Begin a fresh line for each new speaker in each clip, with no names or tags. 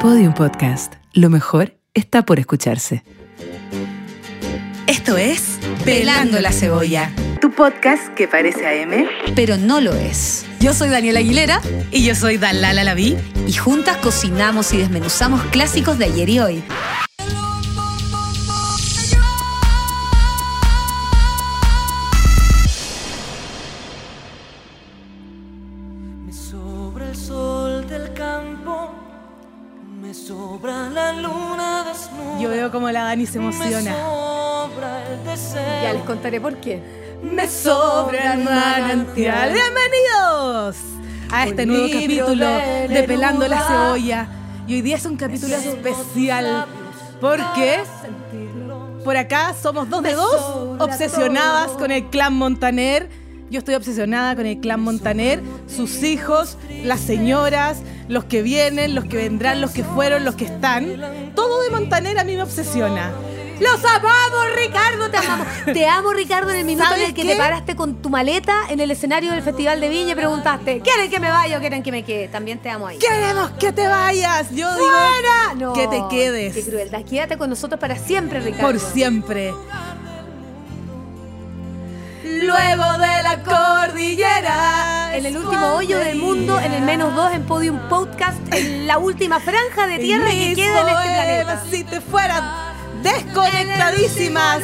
Podium Podcast. Lo mejor está por escucharse.
Esto es Pelando la Cebolla,
Tu podcast que parece AM.
pero no lo es. Yo soy Daniela Aguilera
Y yo soy Dalala Laví.
y juntas cocinamos y desmenuzamos clásicos de ayer y hoy.
Me sobra el sol del campo, me sobra la luna desnuda.
Yo veo como la Dani se
Me
emociona.
sobra el deseo.
Ya les contaré por qué.
Me
Sobra el manantial. Bienvenidos a este nuevo capítulo de Pelando la Cebolla. Y hoy día es un capítulo especial porque por acá somos dos de dos obsesionadas con el clan Montaner. Yo estoy obsesionada con el clan Montaner, sus hijos, las señoras, los que vienen, los que vendrán, los que fueron, los que están. Todo de Montaner a mí me obsesiona.
¡Los amamos, Ricardo! Te amamos. Te amo, Ricardo, en el minuto en
¿Sabes
el que
qué?
te paraste con tu maleta en el escenario del Festival de Viña y preguntaste, ¿quieren que me vaya o quieren que me quede? También te amo ahí.
Queremos que te vayas. Yo digo
¡Fuera! No,
que te
Qué
quedes
crueldad. Quédate con nosotros para siempre, Ricardo.
por siempre. Luego de la cordillera.
En el último hoyo del mundo, en el menos dos, en Podium Podcast, en la última franja de tierra que
Mis
queda en este
poemas,
planeta.
eh, Si te fueras desconectadísimas.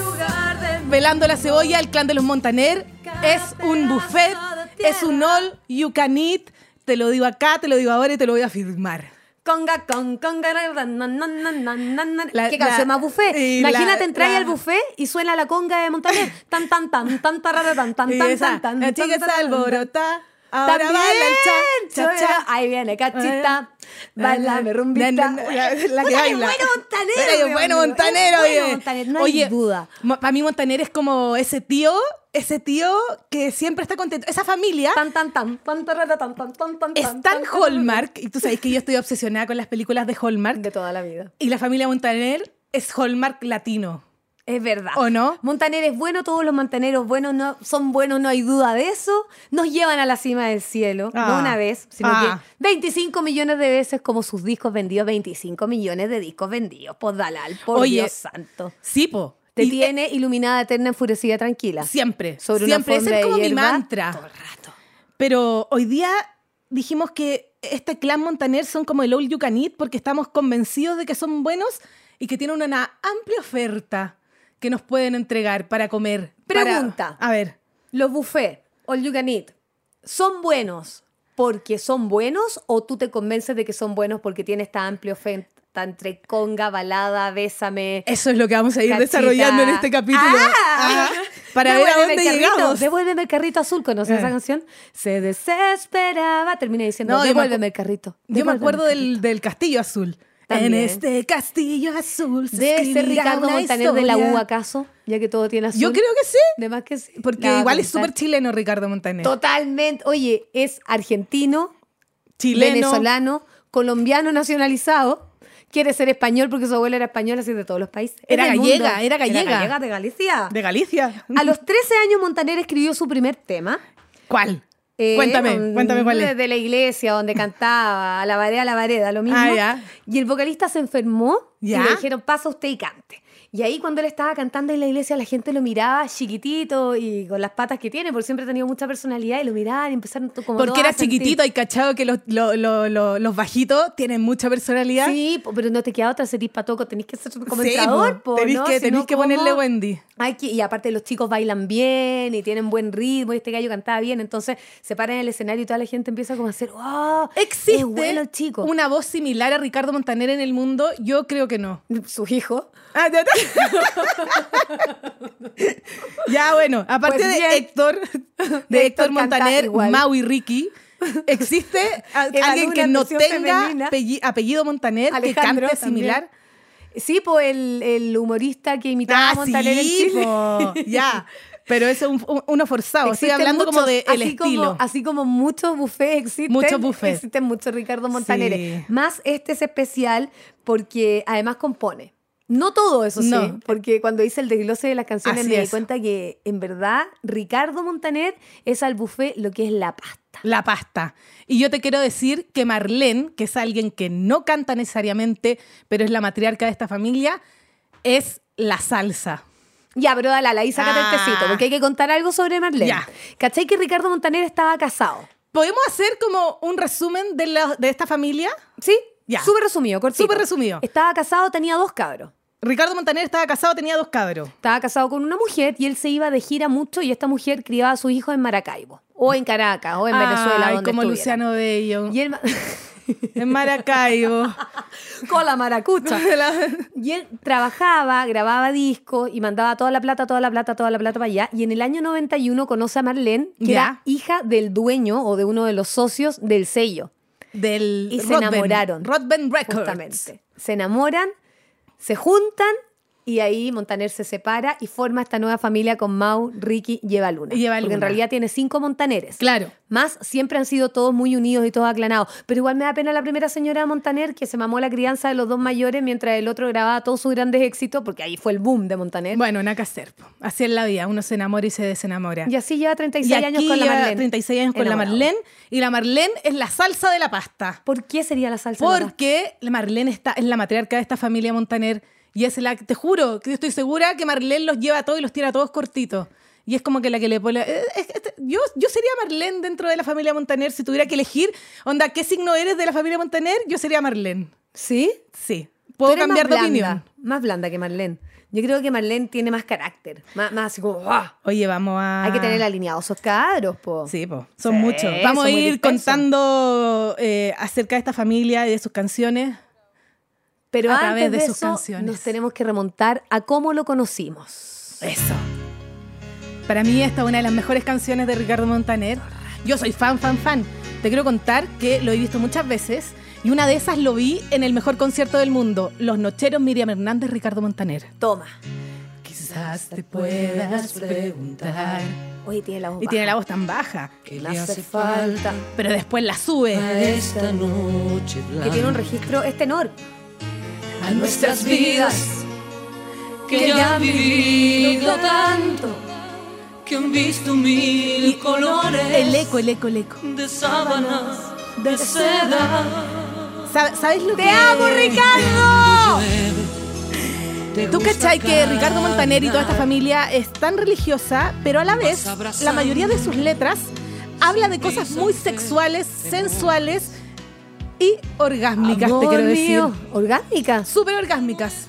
Velando la cebolla, el clan de los Montaner es un buffet, es un all you can eat. Te lo digo acá, te lo digo ahora y te lo voy a firmar.
Conga, con, conga, ra, ra, na, na, na, na, na, na.
La-
¿Qué canción
la-
más buffet?
y
Imagínate
la-
entrar
la-
al buffet y suena la conga de Montaner. Tan, tan, tan, tan, tarara, tan, tan,
Y
tan,
esa,
tan, tan,
la
tan,
chica
tan,
se
tan,
alborota. Ahora
También,
baila el cha, cha, cha.
Ahí viene, cachita. Bailame, rumbita.
Na, na, na, la- la que
Puta, qué
baila.
bueno montanero.
Pero
mi
bueno
amigo,
montanero,
es bueno
oye.
montanero, no hay duda.
Para mí Montaner es como ese tío, ese tío que siempre está contento. Esa familia
Tan, tan, tan, tan, tarara, tan, tan, tan, tan,
es
tan,
tan
tan,
Hallmark, y tú sabes que yo estoy obsesionada con las películas de Hallmark,
De toda la vida.
y la familia Montaner es Hallmark latino.
Es verdad.
¿O no?
Montaner es bueno, todos los montaneros buenos no, son buenos, no hay duda de eso. Nos llevan a la cima del cielo, no
Ah.
una vez, sino
Ah.
que 25 millones de veces como sus discos vendidos, 25 millones de discos vendidos por Dalal, por
Oye,
Dios santo.
Sí, po.
Te
Y, eh,
tiene iluminada, eterna, enfurecida, tranquila.
Siempre,
Sobre una
siempre. Ese
alfombra
es
de
como mi
hierba
mantra.
todo el rato.
Pero hoy día dijimos que este clan Montaner son como el Old You Can Eat porque estamos convencidos de que son buenos y que tienen una amplia oferta que nos pueden entregar para comer. para-
Pregunta.
a ver,
Los buffets, all you can eat, ¿son buenos porque son buenos o tú te convences de que son buenos porque tiene esta amplia oferta entre conga, balada, bésame?
eso es lo que vamos a ir
Cachita.
desarrollando en este capítulo.
Ah.
Ajá. Para ver a
Devuélveme
dónde
el carrito,
llegamos.
Devuélveme el carrito azul, ¿conoces
Eh.
esa canción? Se desesperaba, termina diciendo,
No, yo me
devuélveme
acu-
el carrito.
Yo me
devuélveme
acuerdo
el
del, del Castillo Azul.
También.
En este Castillo Azul se
carrito". Debe ser
escribirá
Ricardo
una
Montaner de la U
historia.
acaso, ya que todo tiene azul.
Yo creo que sí.
De más que sí.
Porque
La va a
igual es
contar.
súper chileno Ricardo Montaner.
Totalmente. Oye, es argentino,
chileno.
venezolano, colombiano nacionalizado. Quiere ser español porque su abuela era española, así de todos los países.
Era
del
gallega,
mundo.
era gallega.
gallega de Galicia.
De Galicia.
A los 13 años Montaner escribió su primer tema.
¿Cuál?
eh,
cuéntame,
un-
cuéntame cuál es.
De la iglesia donde cantaba, a la vareda, a la vareda, lo mismo.
Ah, ya.
Y el vocalista se enfermó
Ya.
y le dijeron, pasa usted y cante. Y ahí cuando él estaba cantando en la iglesia, la gente lo miraba chiquitito y con las patas que tiene, porque siempre ha tenido mucha personalidad y lo miraban y empezaron to- como todos
Porque
a
era
sentir.
chiquitito y cachado que los, lo- lo- lo- los bajitos tienen mucha personalidad.
Sí, po, pero no te queda otra, serís patoco, tenés que ser como
Sí,
entrador,
po.
po,
Tenís
¿no?
que,
Si
tenís
no,
que ponerle
¿cómo?
Wendy.
Hay que- y aparte los chicos bailan bien y tienen buen ritmo y este gallo cantaba bien, entonces se paran en el escenario y toda la gente empieza como a hacer, ¡oh!
¿Existe
es bueno el chico!
una voz similar a Ricardo Montaner en el mundo? Yo creo que no.
Sus hijos.
Ah, ya está. ya, bueno, aparte
Pues
de
bien.
Héctor, de
Héctor
Héctor
canta
Montaner,
igual.
Mau y Ricky, existe a-
Evalúa
alguien que
una
no
versión
tenga
femenina.
apelli- apellido Montaner
Alejandro
que cante
también.
similar.
Sí, pues el, el humorista que imitaba a Montaner en Chile.
Ah, po, ya. Pero eso es un- un- uno forzado. Estoy
Existen
hablando como de
muchos,
el
así como-
estilo.
así como muchos buffets existen.
Muchos buffets.
Existen muchos Ricardo Montaner.
Sí.
Más este es especial porque además compone. No todo eso sí,
No.
porque cuando hice el desglose de las canciones
Así
me di
es.
cuenta que en verdad Ricardo Montaner es al buffet lo que es la pasta. pasta.
La pasta. Y yo te quiero decir que Marlene, que es alguien que no canta necesariamente, pero es la matriarca de esta familia, es la salsa.
Ya, pero dale, ahí sácate
Ah.
el tecito, porque hay que contar algo sobre Marlene.
Ya.
¿Cachai que Ricardo Montaner estaba casado?
¿Podemos hacer como un resumen de, la- de esta familia?
¿Sí?
Ya.
Súper resumido, cortito.
Súper resumido.
Estaba casado, tenía dos cabros.
Ricardo Montaner estaba casado, tenía dos cabros.
Estaba casado con una mujer y él se iba de gira mucho y esta mujer criaba a sus hijos en Maracaibo. O en Caracas, o en Venezuela,
Ay,
donde
como
estuviera.
Luciano Bello.
Y él... ma-
En Maracaibo.
con la maracucha. Y él trabajaba, grababa discos y mandaba toda la plata, toda la plata, toda la plata para allá. Y en el año 91 conoce a Marlene, que
Ya.
era hija del dueño o de uno de los socios del sello.
Del
Y se
Rodben,
enamoraron.
Rodben Records.
Justamente. Se enamoran, se juntan y ahí Montaner se separa y forma esta nueva familia con Mau, Ricky y Eva Luna.
Y Eva
Porque en
Luna.
realidad tiene cinco Montaneres.
Claro.
Más siempre han sido todos muy unidos y todos aclanados. Pero igual me da pena la primera señora Montaner que se mamó la crianza de los dos mayores mientras el otro grababa todos sus grandes éxitos, porque ahí fue el boom de Montaner.
Bueno, nada que hacer. po. Así es la vida. Uno se enamora y se desenamora.
Y así lleva 36 años
aquí
con la
lleva
Marlene.
36 años con
Enamorado.
la Marlene. Y la Marlene es la salsa de la pasta.
¿Por qué sería la salsa? de la pasta?
Porque la Marlene está, es la matriarca de esta familia Montaner. Y es la, te juro, que yo estoy segura que Marlene los lleva a todos y los tira a todos cortitos. Y es como que la que le pone... eh, es- es- yo, yo sería Marlene dentro de la familia Montaner si tuviera que elegir, onda, ¿qué signo eres de la familia Montaner? Yo sería Marlene.
¿Sí?
Sí. Puedo
Tú eres
cambiar de
más blanda,
opinión.
Más blanda que Marlene. Yo creo que Marlene tiene más carácter. Más, más así como, ¡ah!
Oye, vamos a...
Hay que tener alineados esos cabros, po.
Ah. Sí, po, son
Sí,
muchos. Vamos a
son muy
ir
dispersos.
contando eh, acerca de esta familia y de sus canciones.
Pero
a
antes
través
de,
de sus
eso,
canciones.
nos tenemos que remontar a cómo lo conocimos.
Eso. Para mí esta es una de las mejores canciones de Ricardo Montaner. Yo soy fan, fan, fan. Te quiero contar que lo he visto muchas veces y una de esas lo vi en el mejor concierto del mundo, Los Nocheros Miriam Hernández, Ricardo Montaner.
Toma.
Quizás te puedas preguntar.
Oye, tiene la voz
Y tiene la voz tan baja,
que le hace falta
pero después la sube.
a esta noche
baja, Que tiene un
blanca
registro, es tenor.
a nuestras vidas que ya han vivido tanto que han visto mil colores
El eco, el eco, el eco.
de sábanas de seda
Sa- ¿Sabes lo que
¡Te amo, Ricardo!
¿Tú cachai que Ricardo Montaner y toda esta familia es tan religiosa, pero a la vez la mayoría de sus letras habla de cosas muy sexuales, sensuales y orgásmicas, te quiero decir.
mío. Orgánica.
Súper orgásmicas.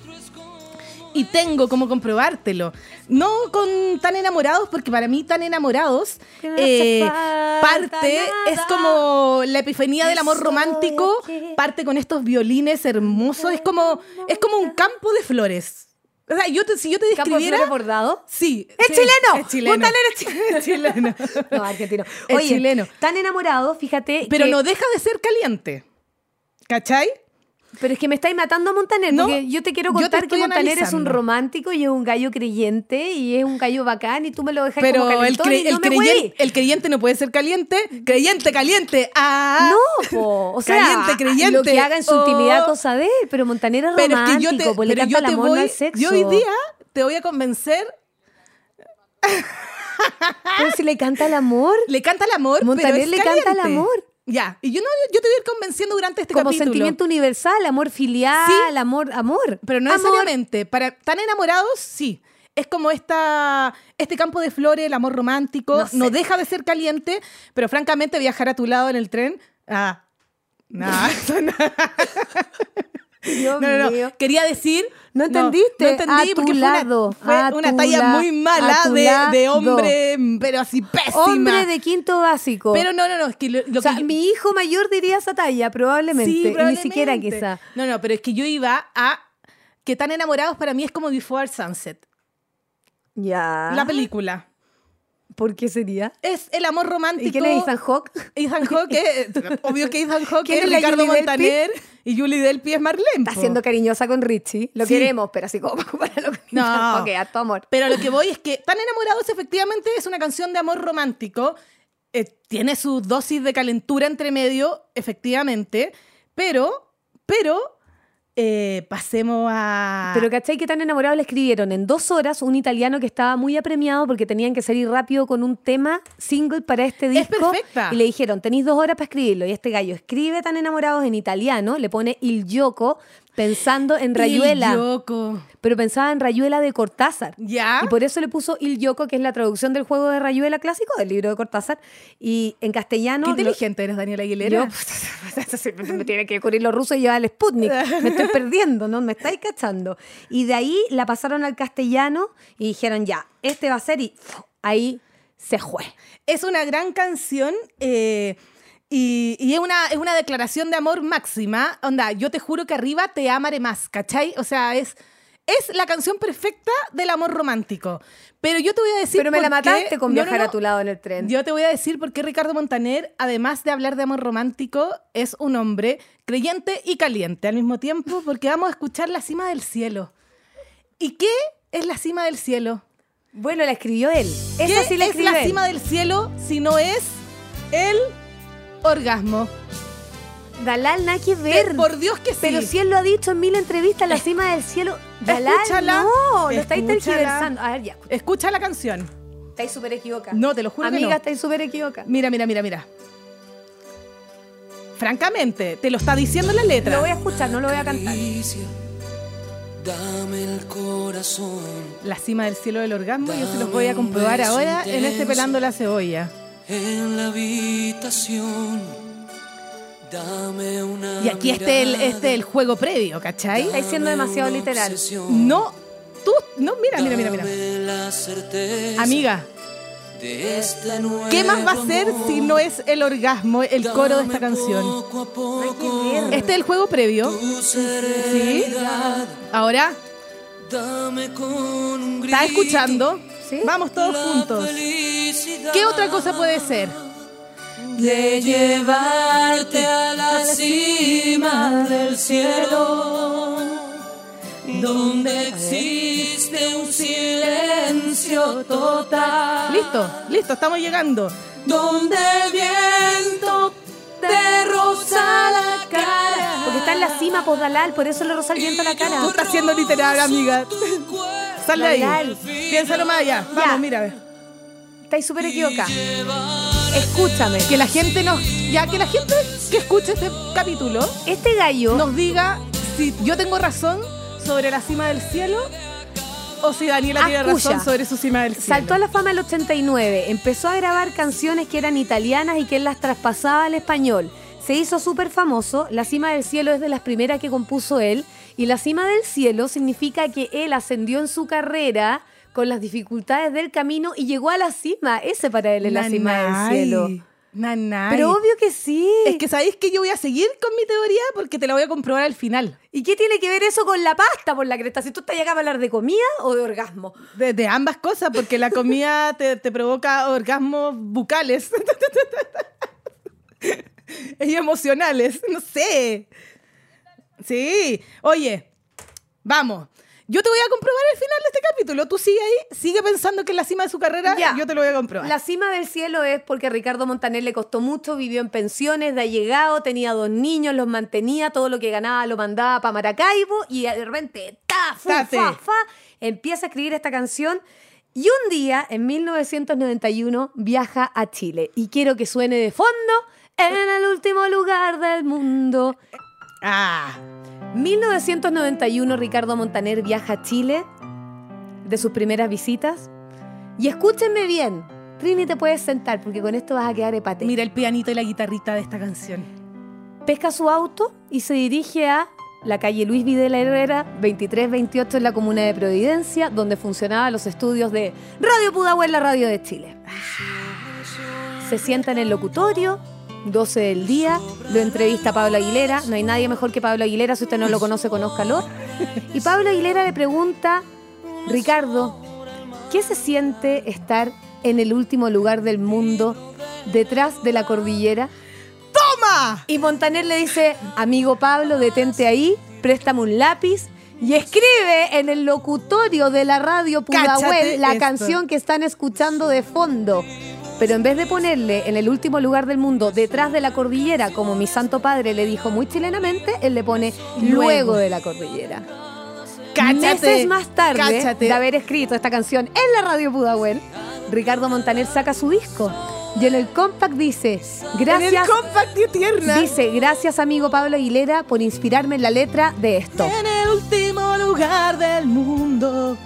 Y tengo como comprobártelo. No con tan enamorados, porque para mí tan enamorados
Que no hace
eh,
falta
parte es
nada.
como la epifanía del amor
Estoy
romántico,
aquí.
parte con estos violines hermosos, es como, es como un campo de flores. O sea, yo te- si yo te
Campo de
describiera...
flores bordado.
Sí.
¡Es
sí,
chileno!
Es chileno.
Montaner
es chileno.
No, argentino.
Es
Oye,
chileno.
tan enamorado, fíjate.
Pero
que-
no deja de ser caliente. ¿Cachai?
Pero es que me estáis matando a Montaner,
No,
porque yo te quiero
yo te
contar que
estoy
Montaner es un
analizando.
romántico y es un gallo creyente y es un gallo bacán y tú me lo dejas
Pero
como
el,
calentón
cre-
y no
el
me
creyen-
hueví.
el creyente no puede ser caliente. Creyente, caliente. Ah,
No, po, o sea,
Caliente, creyente.
lo que haga en su
Oh.
intimidad cosa de él, pero Montaner es
pero es que
romántico,
yo te,
po, le
pero
canta
yo
el
te
amor no
voy.
al sexo.
Yo hoy día te voy a convencer.
Pero si le canta el amor,
Le canta el amor.
Montaner
pero es
le canta el
caliente.
amor.
Ya. Y yo no, yo te voy a ir convenciendo durante este
como
capítulo.
sentimiento universal, amor filial,
Sí.
amor, amor.
Pero no
amor.
necesariamente. Para tan enamorados, sí. Es como esta, este campo de flores, el amor romántico. No,
No sé.
deja de ser caliente, pero francamente viajar a tu lado en el tren. Ah, nah, eso no.
Dios
No, no, no.
mío.
Quería decir.
No entendiste.
No, entendí
A tu
porque fue una-
lado,
fue una,
a tu
talla
la-
muy mala
a tu
de, de
lado.
hombre, pero así pésima.
Hombre de quinto básico.
Pero no, no, no. Es que lo, lo
o sea,
que yo-
mi hijo mayor diría esa talla, probablemente.
Sí,
Y ni siquiera
probablemente.
quizá.
No, no, pero es que yo iba a. Que tan enamorados para mí es como Before Sunset,
Ya.
la película.
¿Por qué sería?
Es el amor romántico.
¿Y quién es Ethan Hawke?
Ethan Hawke, es- obvio que Ethan Hawke
¿Quién
es
es la
Ricardo
Julie
Montaner y Julie Delpy es Marlene.
Está
po.
siendo cariñosa con Richie. Lo
Sí.
queremos, pero así como para lo que
No.
Ok, a tu amor.
Pero lo que voy es que Tan enamorados efectivamente es una canción de amor romántico. eh, tiene su dosis de calentura entre medio, efectivamente. Pero, pero, eh, pasemos a.
Pero ¿cachai que tan enamorado le escribieron? En dos horas, un italiano que estaba muy apremiado porque tenían que salir rápido con un tema single para este
Es
disco.
perfecta.
Y le dijeron, tenéis dos horas para escribirlo. Y este gallo escribe tan enamorados en italiano, le pone Il Gioco, pensando en Rayuela.
El Yoko.
Pero pensaba en Rayuela de Cortázar.
¿Ya?
Y por eso le puso Il Gioco, que es la traducción del juego de Rayuela clásico, del libro de Cortázar. Y en castellano.
Qué
lo-
inteligente eres, Daniel
yo,
Aguilera.
me tiene que cubrir los rusos y llevar el Sputnik. Me estoy perdiendo, ¿no? Me estáis cachando. Y de ahí la pasaron al castellano y dijeron, ya, este va a ser y ¡fu! ahí se fue.
Es una gran canción eh, y, y es, una, es una declaración de amor máxima. Onda, yo te juro que arriba te amaré más, ¿cachai? O sea, es, es la canción perfecta del amor romántico. Pero yo te voy a decir.
Pero me
por
la
qué-
mataste con
No, no,
viajar
no.
a tu lado en el tren.
Yo te voy a decir por qué Ricardo Montaner, además de hablar de amor romántico, es un hombre creyente y caliente al mismo tiempo, porque vamos a escuchar La Cima del Cielo. ¿Y qué es La Cima del Cielo?
Bueno, la escribió él. Esa
¿Qué
sí la
es
escribió
la
él.
cima del cielo si no es el orgasmo?
Dalal, nada que ver.
Te- Por Dios que sí.
Pero si él lo ha dicho en mil entrevistas, la cima del cielo. Dalal,
Escúchala.
no, lo estáis
Escúchala.
tergiversando. A ver, ya, escucha.
Escucha la canción.
estáis súper equivocados.
No, te lo juro que
Amiga,
no.
estáis súper equivocados.
Mira, mira, mira, mira. Francamente, te lo está diciendo la letra.
Lo voy a escuchar, no lo voy a cantar.
Alicia, dame el corazón
La cima del cielo del orgasmo, yo se los voy a comprobar ahora en este pelando la cebolla.
en la habitación. Dame una
Y aquí este el, este el juego previo, ¿cachai?
Estáis siendo demasiado literal.
No, tú, no, mira, mira, mira, mira.
la certeza
Amiga,
de este
¿qué más va a
nuevo
ser
amor.
si no es el orgasmo, el coro de esta
Dame
canción?
Poco a poco
Este es el juego previo.
tu
Sí.
serenidad.
Ahora,
Dame con un grito.
¿está escuchando?
Sí.
Vamos todos
la
juntos.
felicidad
¿Qué otra cosa puede ser?
De llevarte a la cima del cielo, donde existe un silencio total.
Listo, listo, estamos llegando.
Donde el viento te roza la cara.
Porque está en la cima, pues Dalal, por eso le roza el viento a la cara.
Tú estás siendo literal, amiga.
Tu cuerpo
Sal de ahí.
Literal.
Piénsalo más allá.
Ya.
Vamos, mira. a ver.
Estáis súper equivocada. Escúchame.
Que la gente nos. Ya que la gente que escuche este capítulo
Este gallo,
nos diga si yo tengo razón sobre la cima del cielo o si Daniela tiene
Acuya.
razón sobre su cima del cielo.
Saltó a la fama el 89, empezó a grabar canciones que eran italianas y que él las traspasaba al español. Se hizo súper famoso, La Cima del Cielo es de las primeras que compuso él, y La Cima del Cielo significa que él ascendió en su carrera con las dificultades del camino y llegó a la cima. Ese para él es La Cima del
Nanay.
Cielo.
Nanay.
Pero obvio que sí.
Es que sabéis que yo voy a seguir con mi teoría porque te la voy a comprobar al final.
¿Y qué tiene que ver eso con la pasta por la cresta? Si tú te llegas a hablar de comida o de orgasmo.
De, de ambas cosas, porque la comida te, te provoca orgasmos bucales. y emocionales, no sé. Sí, oye, vamos. Yo te voy a comprobar al final de este capítulo. Tú sigue ahí, sigue pensando que es la cima de su carrera.
Ya.
Yo te lo voy a comprobar.
La cima del cielo es porque a Ricardo Montaner le costó mucho, vivió en pensiones, de allegado, tenía dos niños, los mantenía, todo lo que ganaba lo mandaba para Maracaibo y de repente, ta, fu,
Tate.
fa, fa, empieza a escribir esta canción. Y un día, en 1991, viaja a Chile. Y quiero que suene de fondo en el último lugar del mundo.
Ah,
1991 Ricardo Montaner viaja a Chile de sus primeras visitas. Y escúchenme bien, Trini te puedes sentar porque con esto vas a quedar hepate.
mira el pianito y la guitarrita de esta canción.
pesca su auto y se dirige a la calle Luis Videla Herrera, 2328 en la comuna de Providencia, donde funcionaban los estudios de Radio Pudahuel, la radio de Chile. Se sienta en el locutorio, 12 del día, lo entrevista Pablo Aguilera, no hay nadie mejor que Pablo Aguilera, si usted no lo conoce, conózcalo. Y Pablo Aguilera le pregunta, Ricardo, ¿qué se siente estar en el último lugar del mundo, detrás de la cordillera?
¡Toma!
Y Montaner le dice, amigo Pablo, detente ahí, préstame un lápiz y escribe en el locutorio de la radio Pudahuel
Cáchate
la
esto.
canción que están escuchando de fondo. Pero en vez de ponerle en el último lugar del mundo, detrás de la cordillera, como mi santo padre le dijo muy chilenamente, él le pone
Luego.
luego de la cordillera.
Cáchate,
Meses más tarde
cáchate.
de haber escrito esta canción en la radio Pudahuel, Ricardo Montaner saca su disco y en el compact dice,
En el
gracias,
compact de tierna.
dice, gracias amigo Pablo Aguilera por inspirarme en la letra de esto.
En el último lugar del mundo.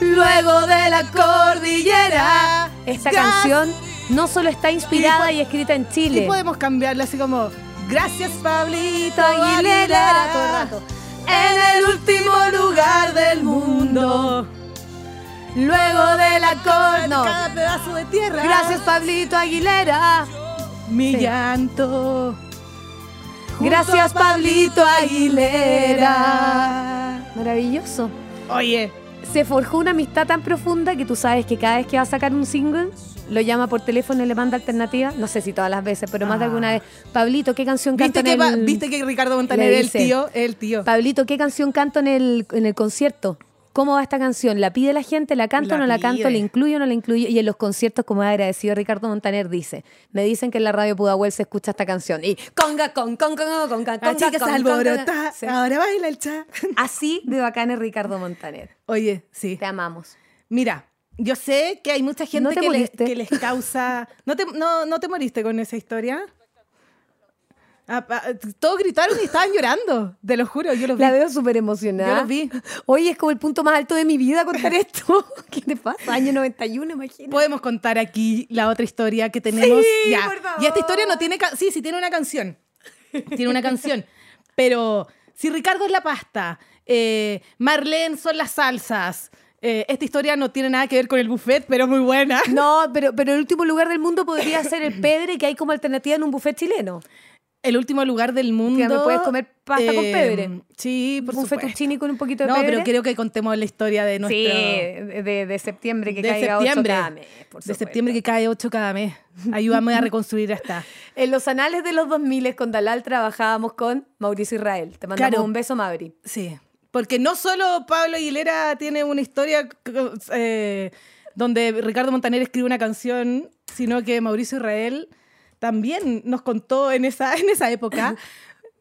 Luego de la cordillera.
Esta
Gra-
canción no solo está inspirada y escrita en
Y
Chile.
podemos cambiarla así como. Gracias, Pablito
Aguilera,
Aguilera.
todo el rato.
En el último lugar del mundo.
Luego de la
Con
corno.
cada pedazo de tierra.
Gracias Pablito Aguilera.
mi
Sí.
llanto. Junto
Gracias,
a Pablito Aguilera.
Maravilloso.
Oye,
Se forjó una amistad tan profunda que tú sabes que cada vez que va a sacar un single, lo llama por teléfono y le manda alternativas. No sé si todas las veces, pero más de
Ah.
alguna vez. Pablito, ¿qué canción canta
¿viste que,
en
va-
el...
viste que Ricardo Montaner
le
es el
dice,
tío, el tío.
Pablito, ¿qué canción canto en el, en el concierto? ¿Cómo va esta canción? ¿La pide la gente? ¿La canto o
La
no la
pide.
canto? ¿La incluyo o no la incluyo? Y en los conciertos, como ha agradecido Ricardo Montaner, dice, me dicen que en la radio Pudahuel se escucha esta canción. Y conga, con, con, con, con, con,
La chica "Ah, se alborota,
Sí.
ahora baila el cha.
Así de bacán es Ricardo Montaner.
Oye, sí.
Te amamos.
Mira, yo sé que hay mucha gente
No te
que, le-
moriste.
que les causa... ¿No te, no, no te moriste con esa historia? Ah, pa- todos gritaron y estaban llorando, te lo juro, yo los vi.
La veo súper emocionada.
Yo los vi.
Hoy es como el punto más alto de mi vida contar esto. ¿Qué te pasa? Año 91, imagínate.
Podemos contar aquí la otra historia que tenemos.
Sí,
ya.
por favor.
Y esta historia no tiene. ca- Sí, sí, tiene una canción. Tiene una canción. Pero si Ricardo es la pasta, eh, Marlene son las salsas. eh, esta historia no tiene nada que ver con el buffet, pero es muy buena.
No, pero, pero el último lugar del mundo podría ser el Pedre, que hay como alternativa en un buffet chileno.
El último lugar del mundo. eh,
Tía, ¿me puedes comer pasta con pebre?
Sí, por
un
supuesto.
fettuccini con un poquito de
No,
pebre.
pero creo que contemos la historia de nuestro.
Sí, de, de septiembre que
de
caiga
septiembre.
8 cada mes, por
de
supuesto.
septiembre que cae 8 cada mes. Ayúdame a reconstruir esta.
En los anales de los 2000 con Dalal trabajábamos con Mauricio Israel. Te mandamos
Claro.
un beso, Mabri.
Sí, porque no solo Pablo Aguilera tiene una historia eh, donde Ricardo Montaner escribe una canción, sino que Mauricio Israel también nos contó en esa, en esa época.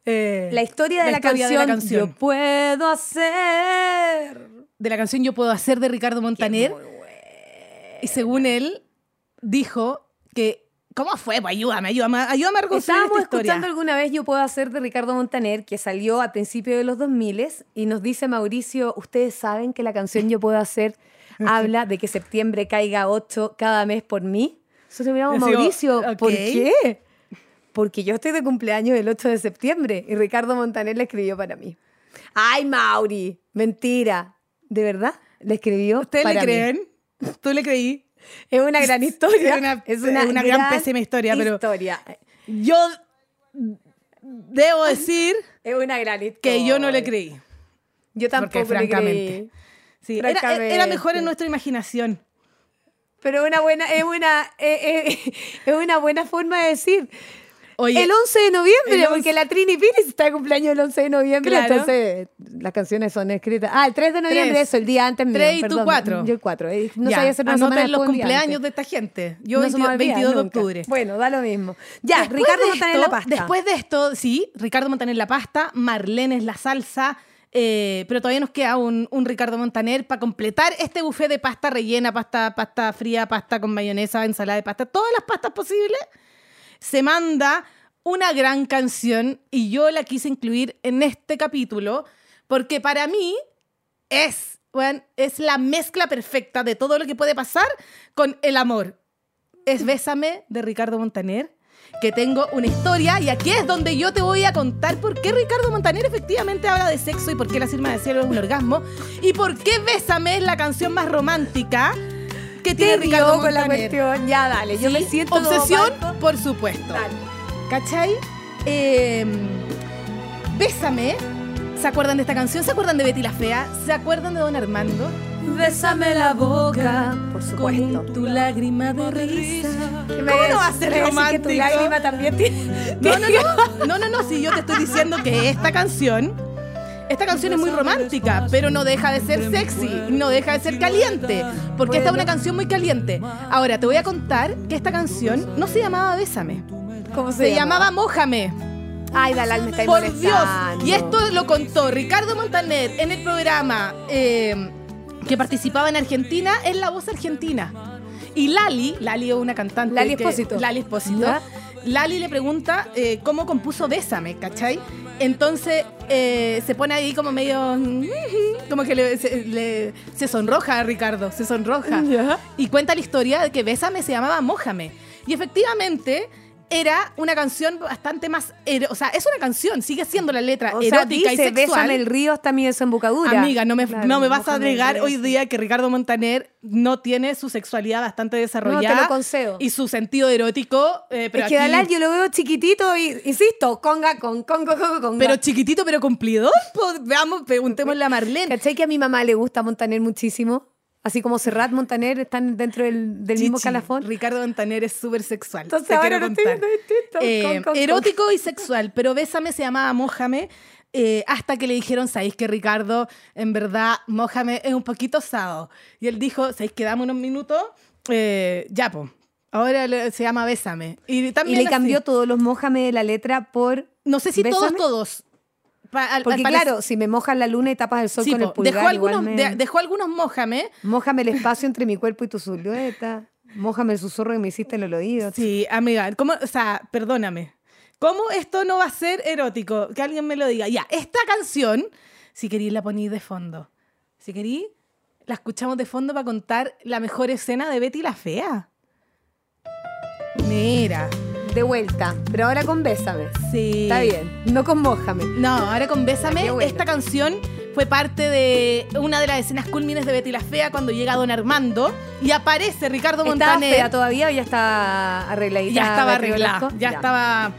eh,
La historia de la,
historia
canción, Yo
canción.
puedo hacer.
de la canción Yo Puedo Hacer de Ricardo Montaner. Y según él, dijo que. ¿Cómo fue? Pues ayúdame, ayúdame, ayúdame a reconstruir
Estábamos
esta historia.
escuchando alguna vez Yo Puedo Hacer de Ricardo Montaner, que salió a principios de los 2000 y nos dice Mauricio, ustedes saben que la canción Yo Puedo Hacer habla de que septiembre caiga 8 cada mes por mí. Nosotros miramos,
Yo digo,
Mauricio, ¿por
ok.
qué? Porque yo estoy de cumpleaños el 8 de septiembre y Ricardo Montaner la escribió para mí. ¡Ay, Mauri! Mentira. ¿De verdad? La escribió
¿Ustedes
para
le
mí.
creen? ¿Tú le creí?
Es una gran historia.
Es una- es una gran pésima historia, pero-
historia.
Yo debo decir
Es una gran historia.
que yo no le creí.
Yo tampoco
Porque,
le
francamente.
creí.
Sí, era- era,
Francamente.
era mejor en nuestra imaginación.
Pero una buena, es una, eh, eh, es una buena forma de decir.
Oye,
el 11 de noviembre,
el once-
porque la Trini Pires está de cumpleaños el 11 de noviembre,
Claro.
entonces las canciones son escritas. Ah, el 3 de noviembre,
Tres.
eso, el día antes mío.
Tres y tú
perdón.
cuatro.
Yo el 4. no
ya,
sabía hacer una
anoten
semana
los
después, un día
cumpleaños de
antes.
esta gente. Yo
No se me
22,
olvida
22 de
nunca.
octubre.
Bueno, da lo mismo. Ya,
Después
Ricardo
de
Montaner
esto-
la pasta.
Después de esto, sí, Ricardo Montaner la pasta, Marlene es la salsa, eh, pero todavía nos queda un, un Ricardo Montaner para completar este buffet de pasta rellena, pasta, pasta fría, pasta con mayonesa, ensalada de pasta, todas las pastas posibles. Se manda una gran canción y yo la quise incluir en este capítulo porque para mí es, weón, es la mezcla perfecta de todo lo que puede pasar con el amor. Es Bésame de Ricardo Montaner, que tengo una historia y aquí es donde yo te voy a contar por qué Ricardo Montaner efectivamente habla de sexo y por qué La Sirma de Cielo es un orgasmo y por qué Bésame es la canción más romántica que tiene
Te
Ricardo
dio con la
Montaner.
cuestión. Ya, dale. Yo
Sí,
me siento como
Obsesión,
Marco.
por supuesto.
Dale.
¿Cachai? Eh, Bésame. ¿Se acuerdan de esta canción? ¿Se acuerdan de Betty la Fea? ¿Se acuerdan de Don Armando?
Bésame la boca
Por supuesto.
con tu lágrima de risa.
¿Cómo
¿Cómo no va a ser
Que tu
romántico?
lágrima también tiene.
No, no, no. No, no, no. Si yo te estoy diciendo que esta canción Esta canción es muy romántica, pero no deja de ser sexy, no deja de ser caliente, porque esta es una canción muy caliente. Ahora, te voy a contar que esta canción no se llamaba Bésame,
¿Cómo
se, llamaba Mójame.
Ay, Dalal, me estáis
Por Dios,
molestando.
y esto lo contó Ricardo Montaner en el programa eh, que participaba en Argentina, en La Voz Argentina. Y Lali, Lali es una cantante.
Lali
que-
Espósito.
Lali Espósito.
Ya.
Lali le pregunta eh, cómo compuso Bésame, ¿cachai? Entonces eh, se pone ahí como medio. Como que le- se, le- se sonroja a Ricardo, se sonroja.
Ya.
Y cuenta la historia de que Bésame se llamaba Mójame. Y efectivamente era una canción bastante más. ero- O sea, es una canción, sigue siendo la letra
O sea,
erótica
dice,
y sexual.
bésame el río hasta mi desembocadura.
Amiga, no me,
Claro,
no me vas a
mójame el
negar
río.
hoy día que Ricardo Montaner no tiene su sexualidad bastante desarrollada.
lo concedo.
Y su sentido erótico. eh, pero
es que
aquí-
Dalal yo lo veo chiquitito y, insisto, conga, con, conga, conga, conga.
Pero chiquitito, pero cumplidor. po. Veamos, preguntémosle a Marlene.
¿Cachai que a mi mamá le gusta Montaner muchísimo? Así como Serrat, Montaner están dentro del, del mismo
Chichi,
calafón.
Ricardo Montaner es súper sexual.
Entonces
te
ahora
quiero
lo estoy
contar.
viendo distinto.
Eh,
Con, con, con.
erótico y sexual, pero Bésame se llamaba Mójame. eh, hasta que le dijeron, ¿sabéis que Ricardo, en verdad, Mójame es un poquito osado? Y él dijo, ¿sabéis que dame unos minutos? Eh, ya, po. Ahora le- se llama Bésame. Y,
Y
también
le
así.
cambió todos los mojame de la letra por...
No sé si
Bésame.
todos, todos. Pa- al- al
Porque
parecer-
claro, si me mojas la luna y tapas el sol
sí,
con el
po.
pulgar,
dejó, algunos,
igual me-
de- dejó algunos Mójame.
Mójame el espacio entre mi cuerpo y tu silueta. Mójame el susurro que me hiciste en los oídos.
Sí, amiga, ¿cómo, o sea, perdóname. ¿Cómo esto no va a ser erótico? Que alguien me lo diga. Ya, esta canción, si queréis la ponéis de fondo. Si queréis, la escuchamos de fondo para contar la mejor escena de Betty la Fea. Mira,
De vuelta, pero ahora con bésame.
sí.
Está bien, no con mójame.
No, ahora con Bésame,
qué buena.
esta canción fue parte de una de las escenas culmines de Betty la Fea cuando llega Don Armando y aparece Ricardo
¿Estaba
Montaner.
fea todavía o ya está arregladita?
ya estaba
Betty
arreglada,
Velasco?
ya, estaba...